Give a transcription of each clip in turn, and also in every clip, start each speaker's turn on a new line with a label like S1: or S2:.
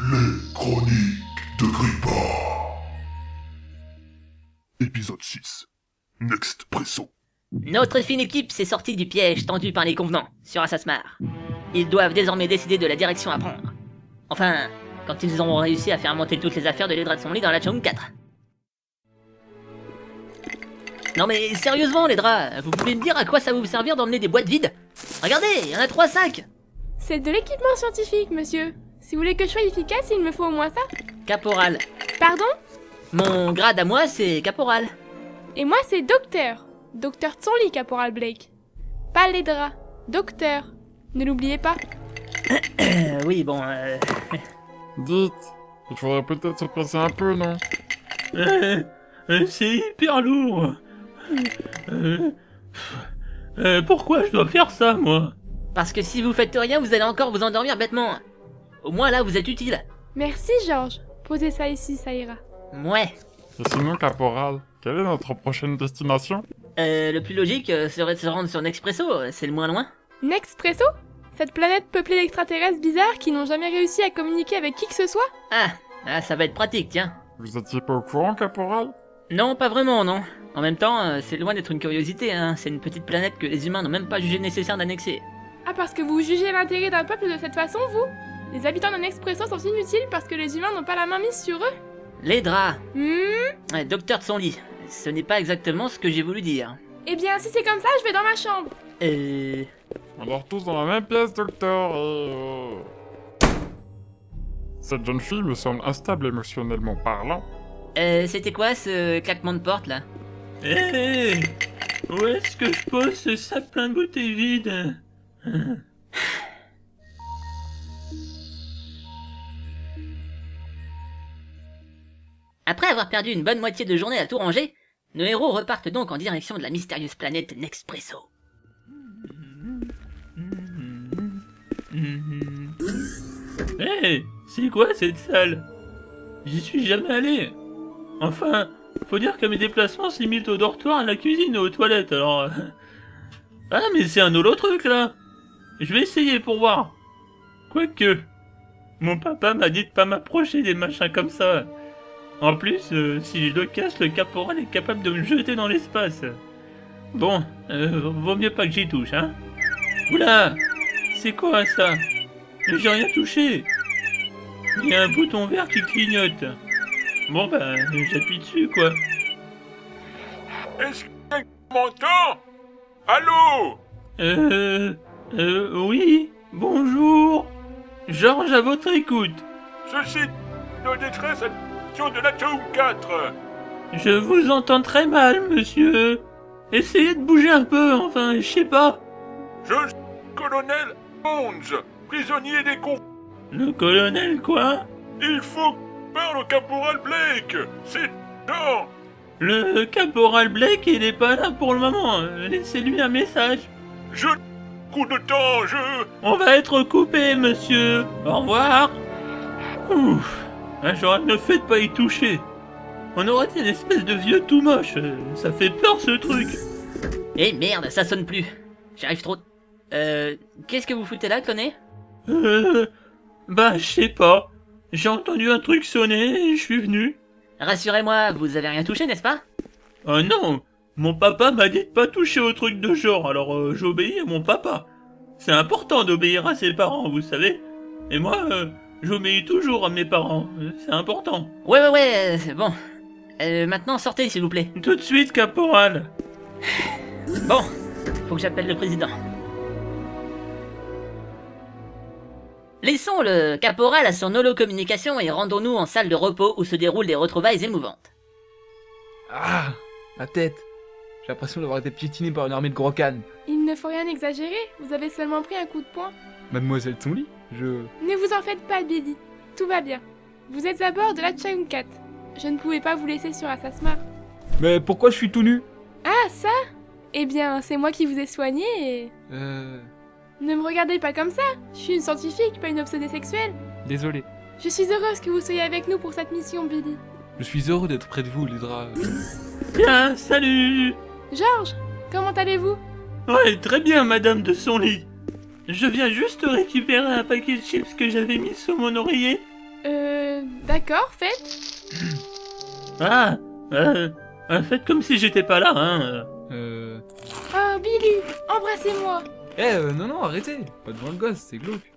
S1: Les chroniques de Grippa. Épisode 6. Next Presso.
S2: Notre fine équipe s'est sortie du piège tendu par les convenants sur Assasmar. Ils doivent désormais décider de la direction à prendre. Enfin, quand ils auront réussi à faire monter toutes les affaires de l'Hydra de son lit dans la Chung 4. Non mais sérieusement les draps, vous pouvez me dire à quoi ça va vous servir d'emmener des boîtes vides Regardez, il y en a trois sacs
S3: C'est de l'équipement scientifique, monsieur. Si vous voulez que je sois efficace, il me faut au moins ça.
S2: Caporal.
S3: Pardon
S2: Mon grade à moi c'est caporal.
S3: Et moi, c'est docteur. Docteur Tsonli, caporal Blake. Pas les draps. Docteur. Ne l'oubliez pas.
S2: Euh, oui bon... Euh...
S4: Dites, il faudrait peut-être se placer un peu, non
S5: Euh, euh, c'est hyper lourd. Euh, euh, pourquoi je dois faire ça, moi
S2: Parce que si vous faites rien, vous allez encore vous endormir bêtement. Au moins là, vous êtes utile.
S3: Merci, Georges. Posez ça ici, ça ira.
S2: Ouais.
S4: Et sinon, caporal, quelle est notre prochaine destination
S2: Euh, le plus logique euh, serait de se rendre sur Nexpresso, euh, c'est le moins loin.
S3: Nexpresso Cette planète peuplée d'extraterrestres bizarres qui n'ont jamais réussi à communiquer avec qui que ce soit
S2: Ah, ah, ça va être pratique, tiens.
S4: Vous étiez pas au courant, caporal
S2: Non, pas vraiment, non. En même temps, euh, c'est loin d'être une curiosité, hein. C'est une petite planète que les humains n'ont même pas jugé nécessaire d'annexer.
S3: Ah, parce que vous jugez l'intérêt d'un peuple de cette façon, vous Les habitants de Nexpresso sont inutiles parce que les humains n'ont pas la main mise sur eux
S2: Les draps.
S3: Hmm
S2: Ouais, docteur de son lit. Ce n'est pas exactement ce que j'ai voulu dire.
S3: Eh bien, si c'est comme ça, je vais dans ma chambre.
S2: Euh...
S4: On dort tous dans la même pièce, docteur, et... euh, Cette jeune fille me semble instable émotionnellement parlant.
S2: Euh, c'était quoi ce claquement de porte, là
S5: Hé Eh, Où est-ce que je pose ce sac plein de bouteilles vides
S2: Après avoir perdu une bonne moitié de journée à tout ranger, nos héros repartent donc en direction de la mystérieuse planète Nexpresso.
S5: Hé Mm-hmm. C'est quoi cette salle J'y suis jamais allé. Enfin, faut dire que mes déplacements se limitent au dortoir, à la cuisine et aux toilettes, alors... euh. Ah, mais c'est un autre truc, là Je vais essayer pour voir. Quoique... Mon papa m'a dit de pas m'approcher des machins comme ça. En plus, euh, si je le casse, le caporal est capable de me jeter dans l'espace. Bon, euh, vaut mieux pas que j'y touche, hein Oula C'est quoi, ça mais j'ai rien touché. Il y a un bouton vert qui clignote. Bon bah, j'appuie dessus quoi.
S6: Est-ce que tu m'entends Allô
S5: Euh, euh, oui. Bonjour. Georges à votre écoute.
S6: Ceci de détresse à l'attention de la Town 4.
S5: Je vous entends très mal, monsieur. Essayez de bouger un peu, enfin, je sais pas.
S6: Je suis le colonel 11, prisonnier des conflits.
S5: Le colonel quoi
S6: Il faut que parle au caporal Blake. C'est temps.
S5: Le caporal Blake, il est pas là pour le moment. Euh, Laissez-lui un message.
S6: Je coup de temps, je...
S5: On va être coupé, monsieur. Au revoir. Ouf. Un genre, ne faites pas y toucher. On aurait été une espèce de vieux tout moche. Euh, Ça fait peur ce truc.
S2: Eh merde, ça sonne plus. J'arrive trop. Euh, qu'est-ce que vous foutez là, Coné
S5: Euh, bah, je sais pas. J'ai entendu un truc sonner et je suis venu.
S2: Rassurez-moi, vous avez rien touché, n'est-ce pas
S5: Oh non Mon papa m'a dit de pas toucher au truc de genre, alors euh, j'obéis à mon papa. C'est important d'obéir à ses parents, vous savez. Et moi, euh, j'obéis toujours à mes parents. Euh, C'est important.
S2: Ouais, ouais, ouais, euh, c'est bon. Euh, maintenant, sortez, s'il vous plaît.
S5: Tout de suite, caporal.
S2: Bon, faut que j'appelle le président. Laissons le caporal à son holocommunication et rendons-nous en salle de repos où se déroulent des retrouvailles émouvantes.
S7: Ah Ma tête J'ai l'impression d'avoir été piétiné par une armée de gros cannes.
S3: Il ne faut rien exagérer, vous avez seulement pris un coup de poing.
S7: Mademoiselle Tsonli Je...
S3: Ne vous en faites pas, Billy. Tout va bien. Vous êtes à bord de la Chang 4. Je ne pouvais pas vous laisser sur Assasmar.
S7: Mais pourquoi je suis tout nu
S3: Ah, ça Eh bien, c'est moi qui vous ai soigné et...
S7: Euh...
S3: Ne me regardez pas comme ça Je suis une scientifique, pas une obsédée sexuelle.
S7: Désolé.
S3: Je suis heureuse que vous soyez avec nous pour cette mission, Billy.
S7: Je suis heureux d'être près de vous, Lydra.
S5: Bien, salut
S3: Georges, comment allez-vous
S5: Ouais, très bien, madame de son lit. Je viens juste récupérer un paquet de chips que j'avais mis sous mon oreiller
S3: Euh. D'accord, faites.
S5: Ah euh, euh, Faites comme si j'étais pas là, hein euh.
S7: Euh.
S3: Oh, Billy, embrassez-moi.
S7: Eh, euh, non, non, arrêtez Pas devant le gosse, c'est glauque.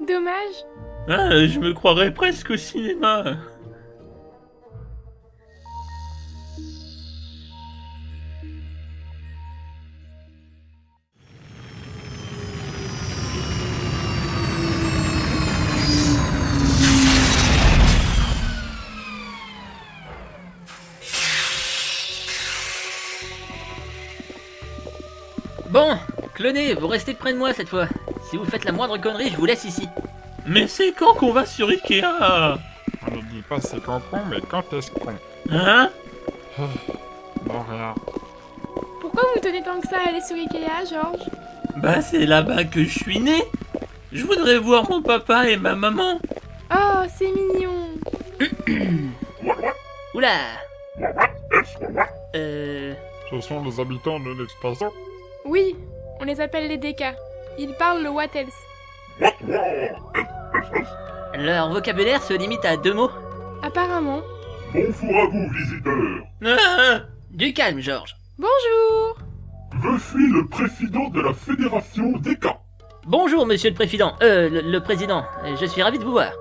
S3: Dommage.
S5: Ah, je me croirais presque au cinéma
S2: Bon, cloné, vous restez près de moi cette fois. Si vous faites la moindre connerie, je vous laisse ici.
S5: Mais c'est quand qu'on va sur Ikea
S4: On ne dit pas c'est quand con, mais quand est-ce qu'on...
S5: Hein
S4: Bon, rien.
S3: Pourquoi vous tenez tant que ça à aller sur Ikea, Georges
S5: Bah c'est là-bas que je suis né Je voudrais voir mon papa et ma maman
S3: Oh, c'est mignon.
S2: Oula Euh.
S4: Ce sont les habitants de l'expression.
S3: Oui, on les appelle les DK. Ils parlent le Wattels.
S2: Leur vocabulaire se limite à deux mots.
S3: Apparemment.
S1: Bon four à vous, visiteurs
S5: Ah
S2: Du calme, Georges.
S3: Bonjour.
S1: Je suis le président de la Fédération des camps.
S2: Bonjour, monsieur le président. Euh, le, le président. Euh, Je suis ravi de vous voir.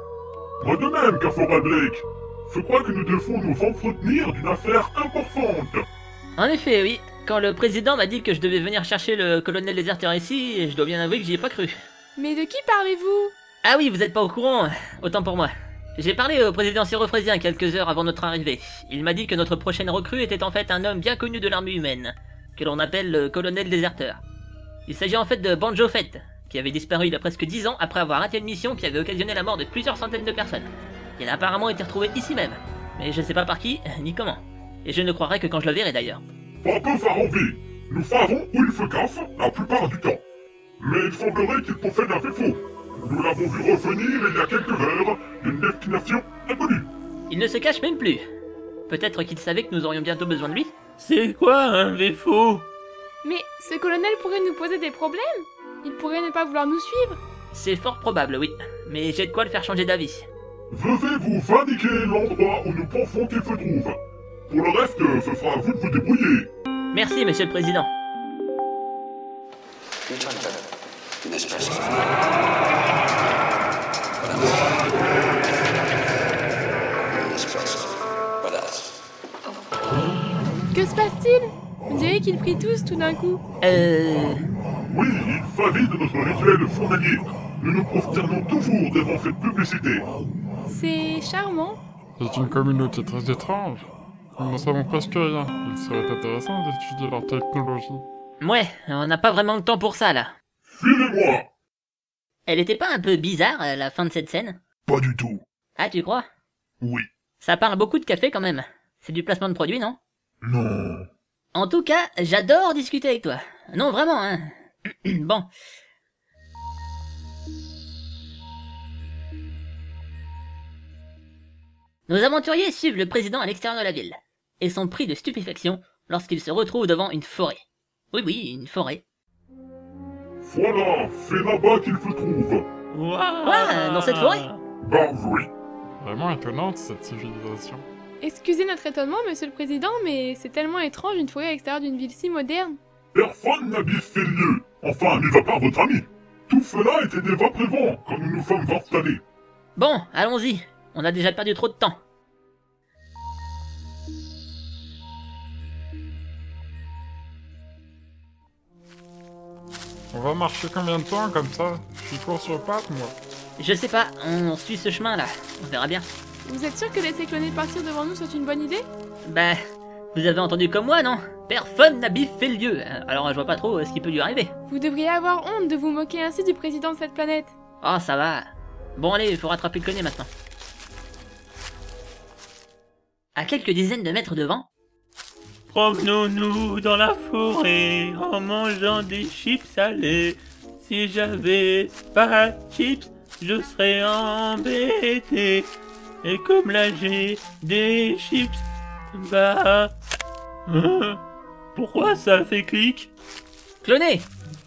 S1: Moi de même, Caporal Blake Je crois que nous devons nous entretenir d'une affaire importante
S2: En effet, oui. Quand le président m'a dit que je devais venir chercher le colonel déserteur ici, je dois bien avouer que j'y ai pas cru.
S3: Mais de qui parlez-vous
S2: Ah oui, vous êtes pas au courant, autant pour moi. J'ai parlé au président syrofrésien quelques heures avant notre arrivée. Il m'a dit que notre prochaine recrue était en fait un homme bien connu de l'armée humaine, que l'on appelle le colonel déserteur. Il s'agit en fait de Banjo Fett, qui avait disparu il y a presque dix ans après avoir raté une mission qui avait occasionné la mort de plusieurs centaines de personnes. Il a apparemment été retrouvé ici même, mais je ne sais pas par qui, ni comment. Et je ne le croirai que quand je le verrai d'ailleurs.
S1: Un peu farouvi Nous farons Ulfkaf la plupart du temps. Mais il semblerait qu'il possède un défaut. Nous l'avons vu revenir il y a quelques heures d'une destination inconnue.
S2: Il ne se cache même plus. Peut-être qu'il savait que nous aurions bientôt besoin de lui
S5: C'est quoi un VFO
S3: Mais ce colonel pourrait nous poser des problèmes. Il pourrait ne pas vouloir nous suivre.
S2: C'est fort probable, oui. Mais j'ai de quoi le faire changer d'avis.
S1: Je vais vous indiquer l'endroit où nous pensons qu'il se trouve. Pour le reste, ce sera à vous de vous débrouiller.
S2: Merci, monsieur le président.
S3: Que se passe-t-il On dirait qu'ils prient tous tout d'un coup.
S2: Euh.
S1: Oui, il s'agit de notre rituel journalier. Nous nous prosternons toujours devant cette publicité.
S3: C'est charmant.
S4: C'est une communauté très étrange. Nous n'en savons presque rien. Il serait intéressant d'étudier leur technologie.
S2: Ouais, on n'a pas vraiment le temps pour ça là.
S1: Suivez-moi
S2: Elle était pas un peu bizarre euh, la fin de cette scène
S1: Pas du tout.
S2: Ah, tu crois
S1: Oui.
S2: Ça parle beaucoup de café quand même. C'est du placement de produit, non
S1: Non.
S2: En tout cas, j'adore discuter avec toi. Non, vraiment, hein. bon. Nos aventuriers suivent le président à l'extérieur de la ville, et sont pris de stupéfaction lorsqu'ils se retrouvent devant une forêt. Oui, oui, une forêt.
S1: Voilà, c'est là-bas qu'il se trouve.
S5: Waouh
S2: Ouais, dans cette forêt.
S1: Bah oui.
S4: Vraiment étonnante cette civilisation.
S3: Excusez notre étonnement, monsieur le président, mais c'est tellement étrange une forêt à l'extérieur d'une ville si moderne.
S1: Personne n'habite ces lieux. Enfin, mis à part votre ami. Tout cela était déjà prévent quand nous nous sommes installés.
S2: Bon, allons-y. On a déjà perdu trop de temps.
S4: On va marcher combien de temps comme ça Je suis court sur pattes, moi.
S2: Je sais pas, on suit ce chemin là. On verra bien.
S3: Vous êtes sûr que laisser cloner partir devant nous soit une bonne idée
S2: Bah, vous avez entendu comme moi, non Personne n'a biffé le lieu. Euh, Alors je vois pas trop euh, ce qui peut lui arriver.
S3: Vous devriez avoir honte de vous moquer ainsi du président de cette planète.
S2: Oh, ça va. Bon, allez, il faut rattraper le connaît maintenant. À quelques dizaines de mètres devant,
S5: Promenons-nous dans la forêt en mangeant des chips salées. Si j'avais pas de chips, je serais embêté. Et comme là j'ai des chips, bah. hein, Pourquoi ça fait clic
S2: clonez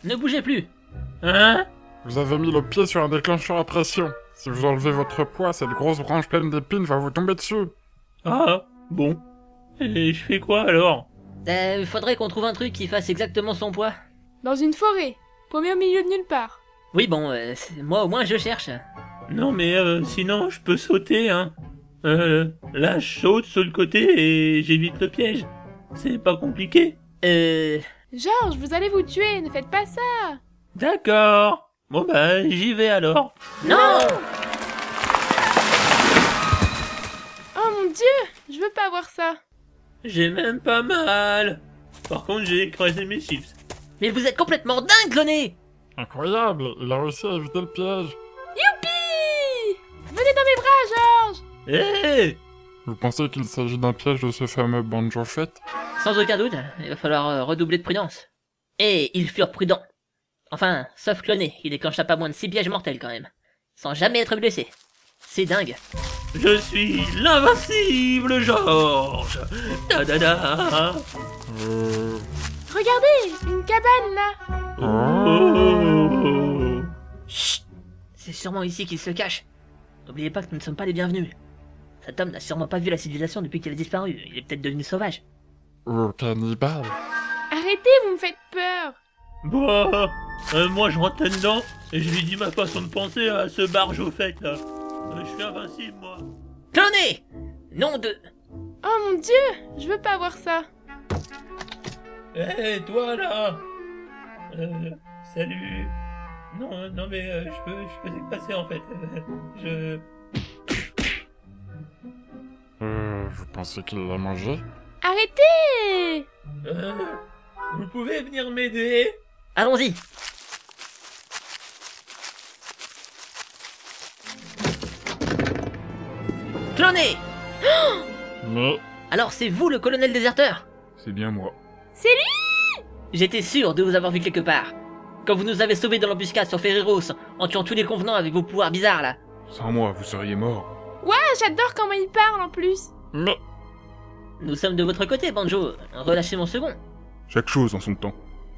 S2: Ne bougez plus
S5: Hein
S4: Vous avez mis le pied sur un déclencheur à pression. Si vous enlevez votre poids, cette grosse branche pleine d'épines va vous tomber dessus.
S5: Ah, bon. Et je fais quoi alors
S2: Euh, faudrait qu'on trouve un truc qui fasse exactement son poids.
S3: Dans une forêt, paumé au milieu de nulle part.
S2: Oui, bon, euh, c'est- moi au moins je cherche.
S5: Non mais euh, sinon je peux sauter, hein. Euh, là je saute sur le côté et j'évite le piège. C'est pas compliqué.
S2: Euh.
S3: Georges, vous allez vous tuer, ne faites pas ça
S5: D'accord. Bon bah j'y vais alors.
S2: Non
S3: Oh mon dieu, je veux pas voir ça
S5: J'ai même pas mal. Par contre j'ai écrasé mes chips.
S2: Mais vous êtes complètement dingue, Loné
S4: Incroyable, il a réussi à éviter le piège.
S3: Youpi Venez dans mes bras, Georges
S5: Eh
S4: Vous pensez qu'il s'agit d'un piège de ce fameux banjo fait
S2: Sans aucun doute, il va falloir euh, redoubler de prudence. Et ils furent prudents. Enfin, sauf Cloné, qui déclencha pas moins de six pièges mortels quand même. Sans jamais être blessé. C'est dingue.
S5: Je suis l'invincible Georges. Da da da.
S4: Euh...
S3: Regardez, une cabane là
S5: Oh.
S2: Chut C'est sûrement ici qu'ils se cachent. N'oubliez pas que nous ne sommes pas les bienvenus. Cet homme n'a sûrement pas vu la civilisation depuis qu'elle a disparu. Il est peut-être devenu sauvage.
S4: Oh, cannibale.
S3: Arrêtez, vous me faites peur
S5: Bah, euh, moi je rentre dedans et je lui dis ma façon de penser à ce barge au fait là. Euh, je suis invincible moi.
S2: Cloné Nom de...
S3: Oh mon dieu, je veux pas voir ça
S5: Eh toi là euh, Salut Non, non mais euh, je peux je peux passer en fait. je.
S4: Euh, vous pensez qu'il l'a mangé
S3: Arrêtez
S5: Euh, vous pouvez venir m'aider
S2: Allons-y Cloné
S4: Mais...
S2: Alors c'est vous le colonel déserteur
S4: C'est bien moi.
S2: J'étais sûr de vous avoir vu quelque part. Quand vous nous avez sauvés dans l'embuscade sur Ferreros, en tuant tous les convenants avec vos pouvoirs bizarres là.
S4: Sans moi, vous seriez mort.
S3: Ah, j'adore comment il parle en plus
S4: Mais...
S2: Nous sommes de votre côté, Banjo. Relâchez mon second.
S8: Chaque chose en son temps.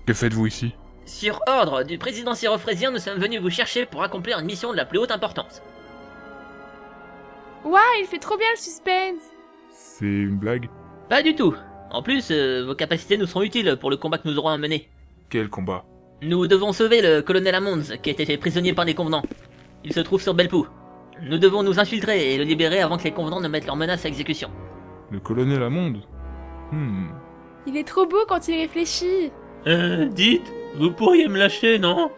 S8: Que faites-vous ici
S2: Sur ordre du président Syrofrésien, nous sommes venus vous chercher pour accomplir une mission de la plus haute importance.
S3: Waouh, il fait trop bien le suspense
S8: C'est une blague
S2: Pas du tout. En plus, euh, vos capacités nous seront utiles pour le combat que nous aurons à mener.
S8: Quel combat
S2: Nous devons sauver le colonel Amonds, qui a été fait prisonnier par des convenants. Il se trouve sur Belpou. Nous devons nous infiltrer et le libérer avant que les convenants ne mettent leurs menaces à exécution.
S8: Le colonel Amonde Hmm.
S3: Il est trop beau quand il réfléchit
S5: Euh, dites, vous pourriez me lâcher, non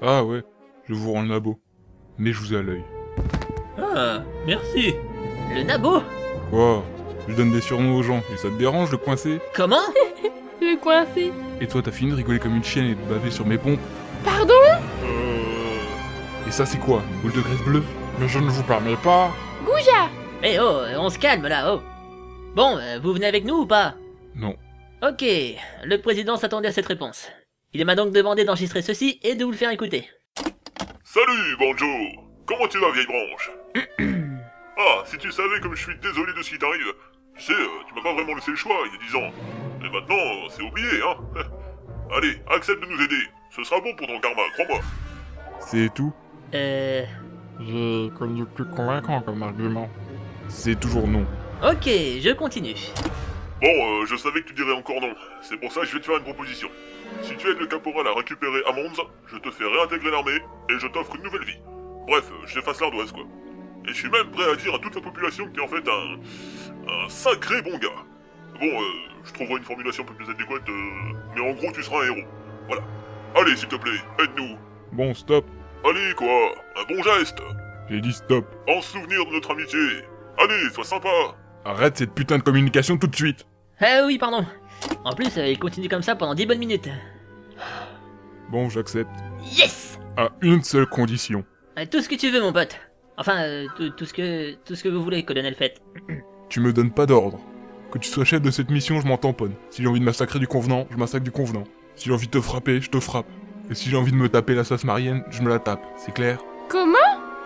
S8: Ah ouais, je vous rends le labo. Mais je vous ai à l'œil.
S5: Ah, merci
S2: Le Nabo
S8: Quoi Je donne des surnoms aux gens et ça te dérange de coincer
S2: Comment
S3: Le coincé
S8: Et toi t'as fini de rigoler comme une chienne et de baver sur mes pompes
S3: Pardon
S8: Et ça c'est quoi Une boule de graisse bleue
S4: Mais je ne vous permets pas
S3: Gouja
S2: Eh oh, on se calme là, oh Bon, euh, vous venez avec nous ou pas
S8: Non.
S2: Ok, le président s'attendait à cette réponse. Il m'a donc demandé d'enregistrer ceci et de vous le faire écouter.
S1: Salut, Banjo Comment tu vas, vieille branche Ah, si tu savais comme je suis désolé de ce qui t'arrive. Tu sais, euh, tu m'as pas vraiment laissé le choix il y a 10 ans. Mais maintenant, euh, c'est oublié, hein Allez, accepte de nous aider. Ce sera bon pour ton karma, crois-moi.
S8: C'est tout
S2: Euh...
S4: J'ai connu plus convaincant comme argument.
S8: C'est toujours non.
S2: Ok, je continue.
S1: Bon, euh, je savais que tu dirais encore non. C'est pour ça que je vais te faire une proposition. Si tu aides le caporal à récupérer Amonds, je te fais réintégrer l'armée et je t'offre une nouvelle vie. Bref, euh, je t'efface l'ardoise, quoi. Et je suis même prêt à dire à toute la population que t'es en fait un... un sacré bon gars. Bon, euh, je trouverai une formulation un peu plus adéquate, euh, mais en gros, tu seras un héros. Voilà. Allez, s'il te plaît, aide-nous.
S8: Bon, stop.
S1: Allez, quoi. Un bon geste.
S8: J'ai dit stop.
S1: En souvenir de notre amitié. Allez, sois sympa.
S8: Arrête cette putain de communication tout de suite.
S2: Ah oui, pardon. En plus, euh, il continue comme ça pendant 10 bonnes minutes.
S8: Bon, j'accepte.
S2: Yes
S8: À une seule condition.
S2: Euh, Tout ce que tu veux, mon pote. Enfin, euh, tout, tout ce que tout ce que vous voulez, colonel Fett.
S8: Tu me donnes pas d'ordre. Que tu sois chef de cette mission, je m'en tamponne. Si j'ai envie de massacrer du convenant, je massacre du convenant. Si j'ai envie de te frapper, je te frappe. Et si j'ai envie de me taper la sauce marienne, je me la tape. C'est clair
S3: Comment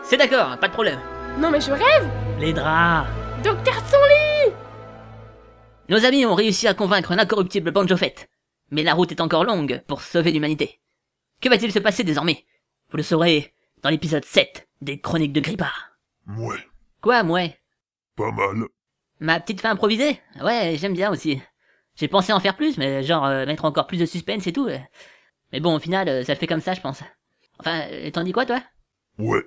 S2: C'est d'accord, pas de problème.
S3: Non mais je rêve
S2: Les draps.
S3: Docteur Sonly
S2: Nos amis ont réussi à convaincre un incorruptible Banjo Fett. Mais la route est encore longue pour sauver l'humanité. Que va-t-il se passer désormais Vous le saurez dans l'épisode 7 des Chroniques de Grippard.
S6: Mouais,
S2: Quoi, mouais
S6: pas mal.
S2: Ma petite fin improvisée Ouais, j'aime bien aussi. J'ai pensé en faire plus, mais genre euh, mettre encore plus de suspense et tout. euh. Mais bon, au final, euh, ça fait comme ça, je pense. Enfin, euh, t'en dis quoi, toi
S6: Ouais.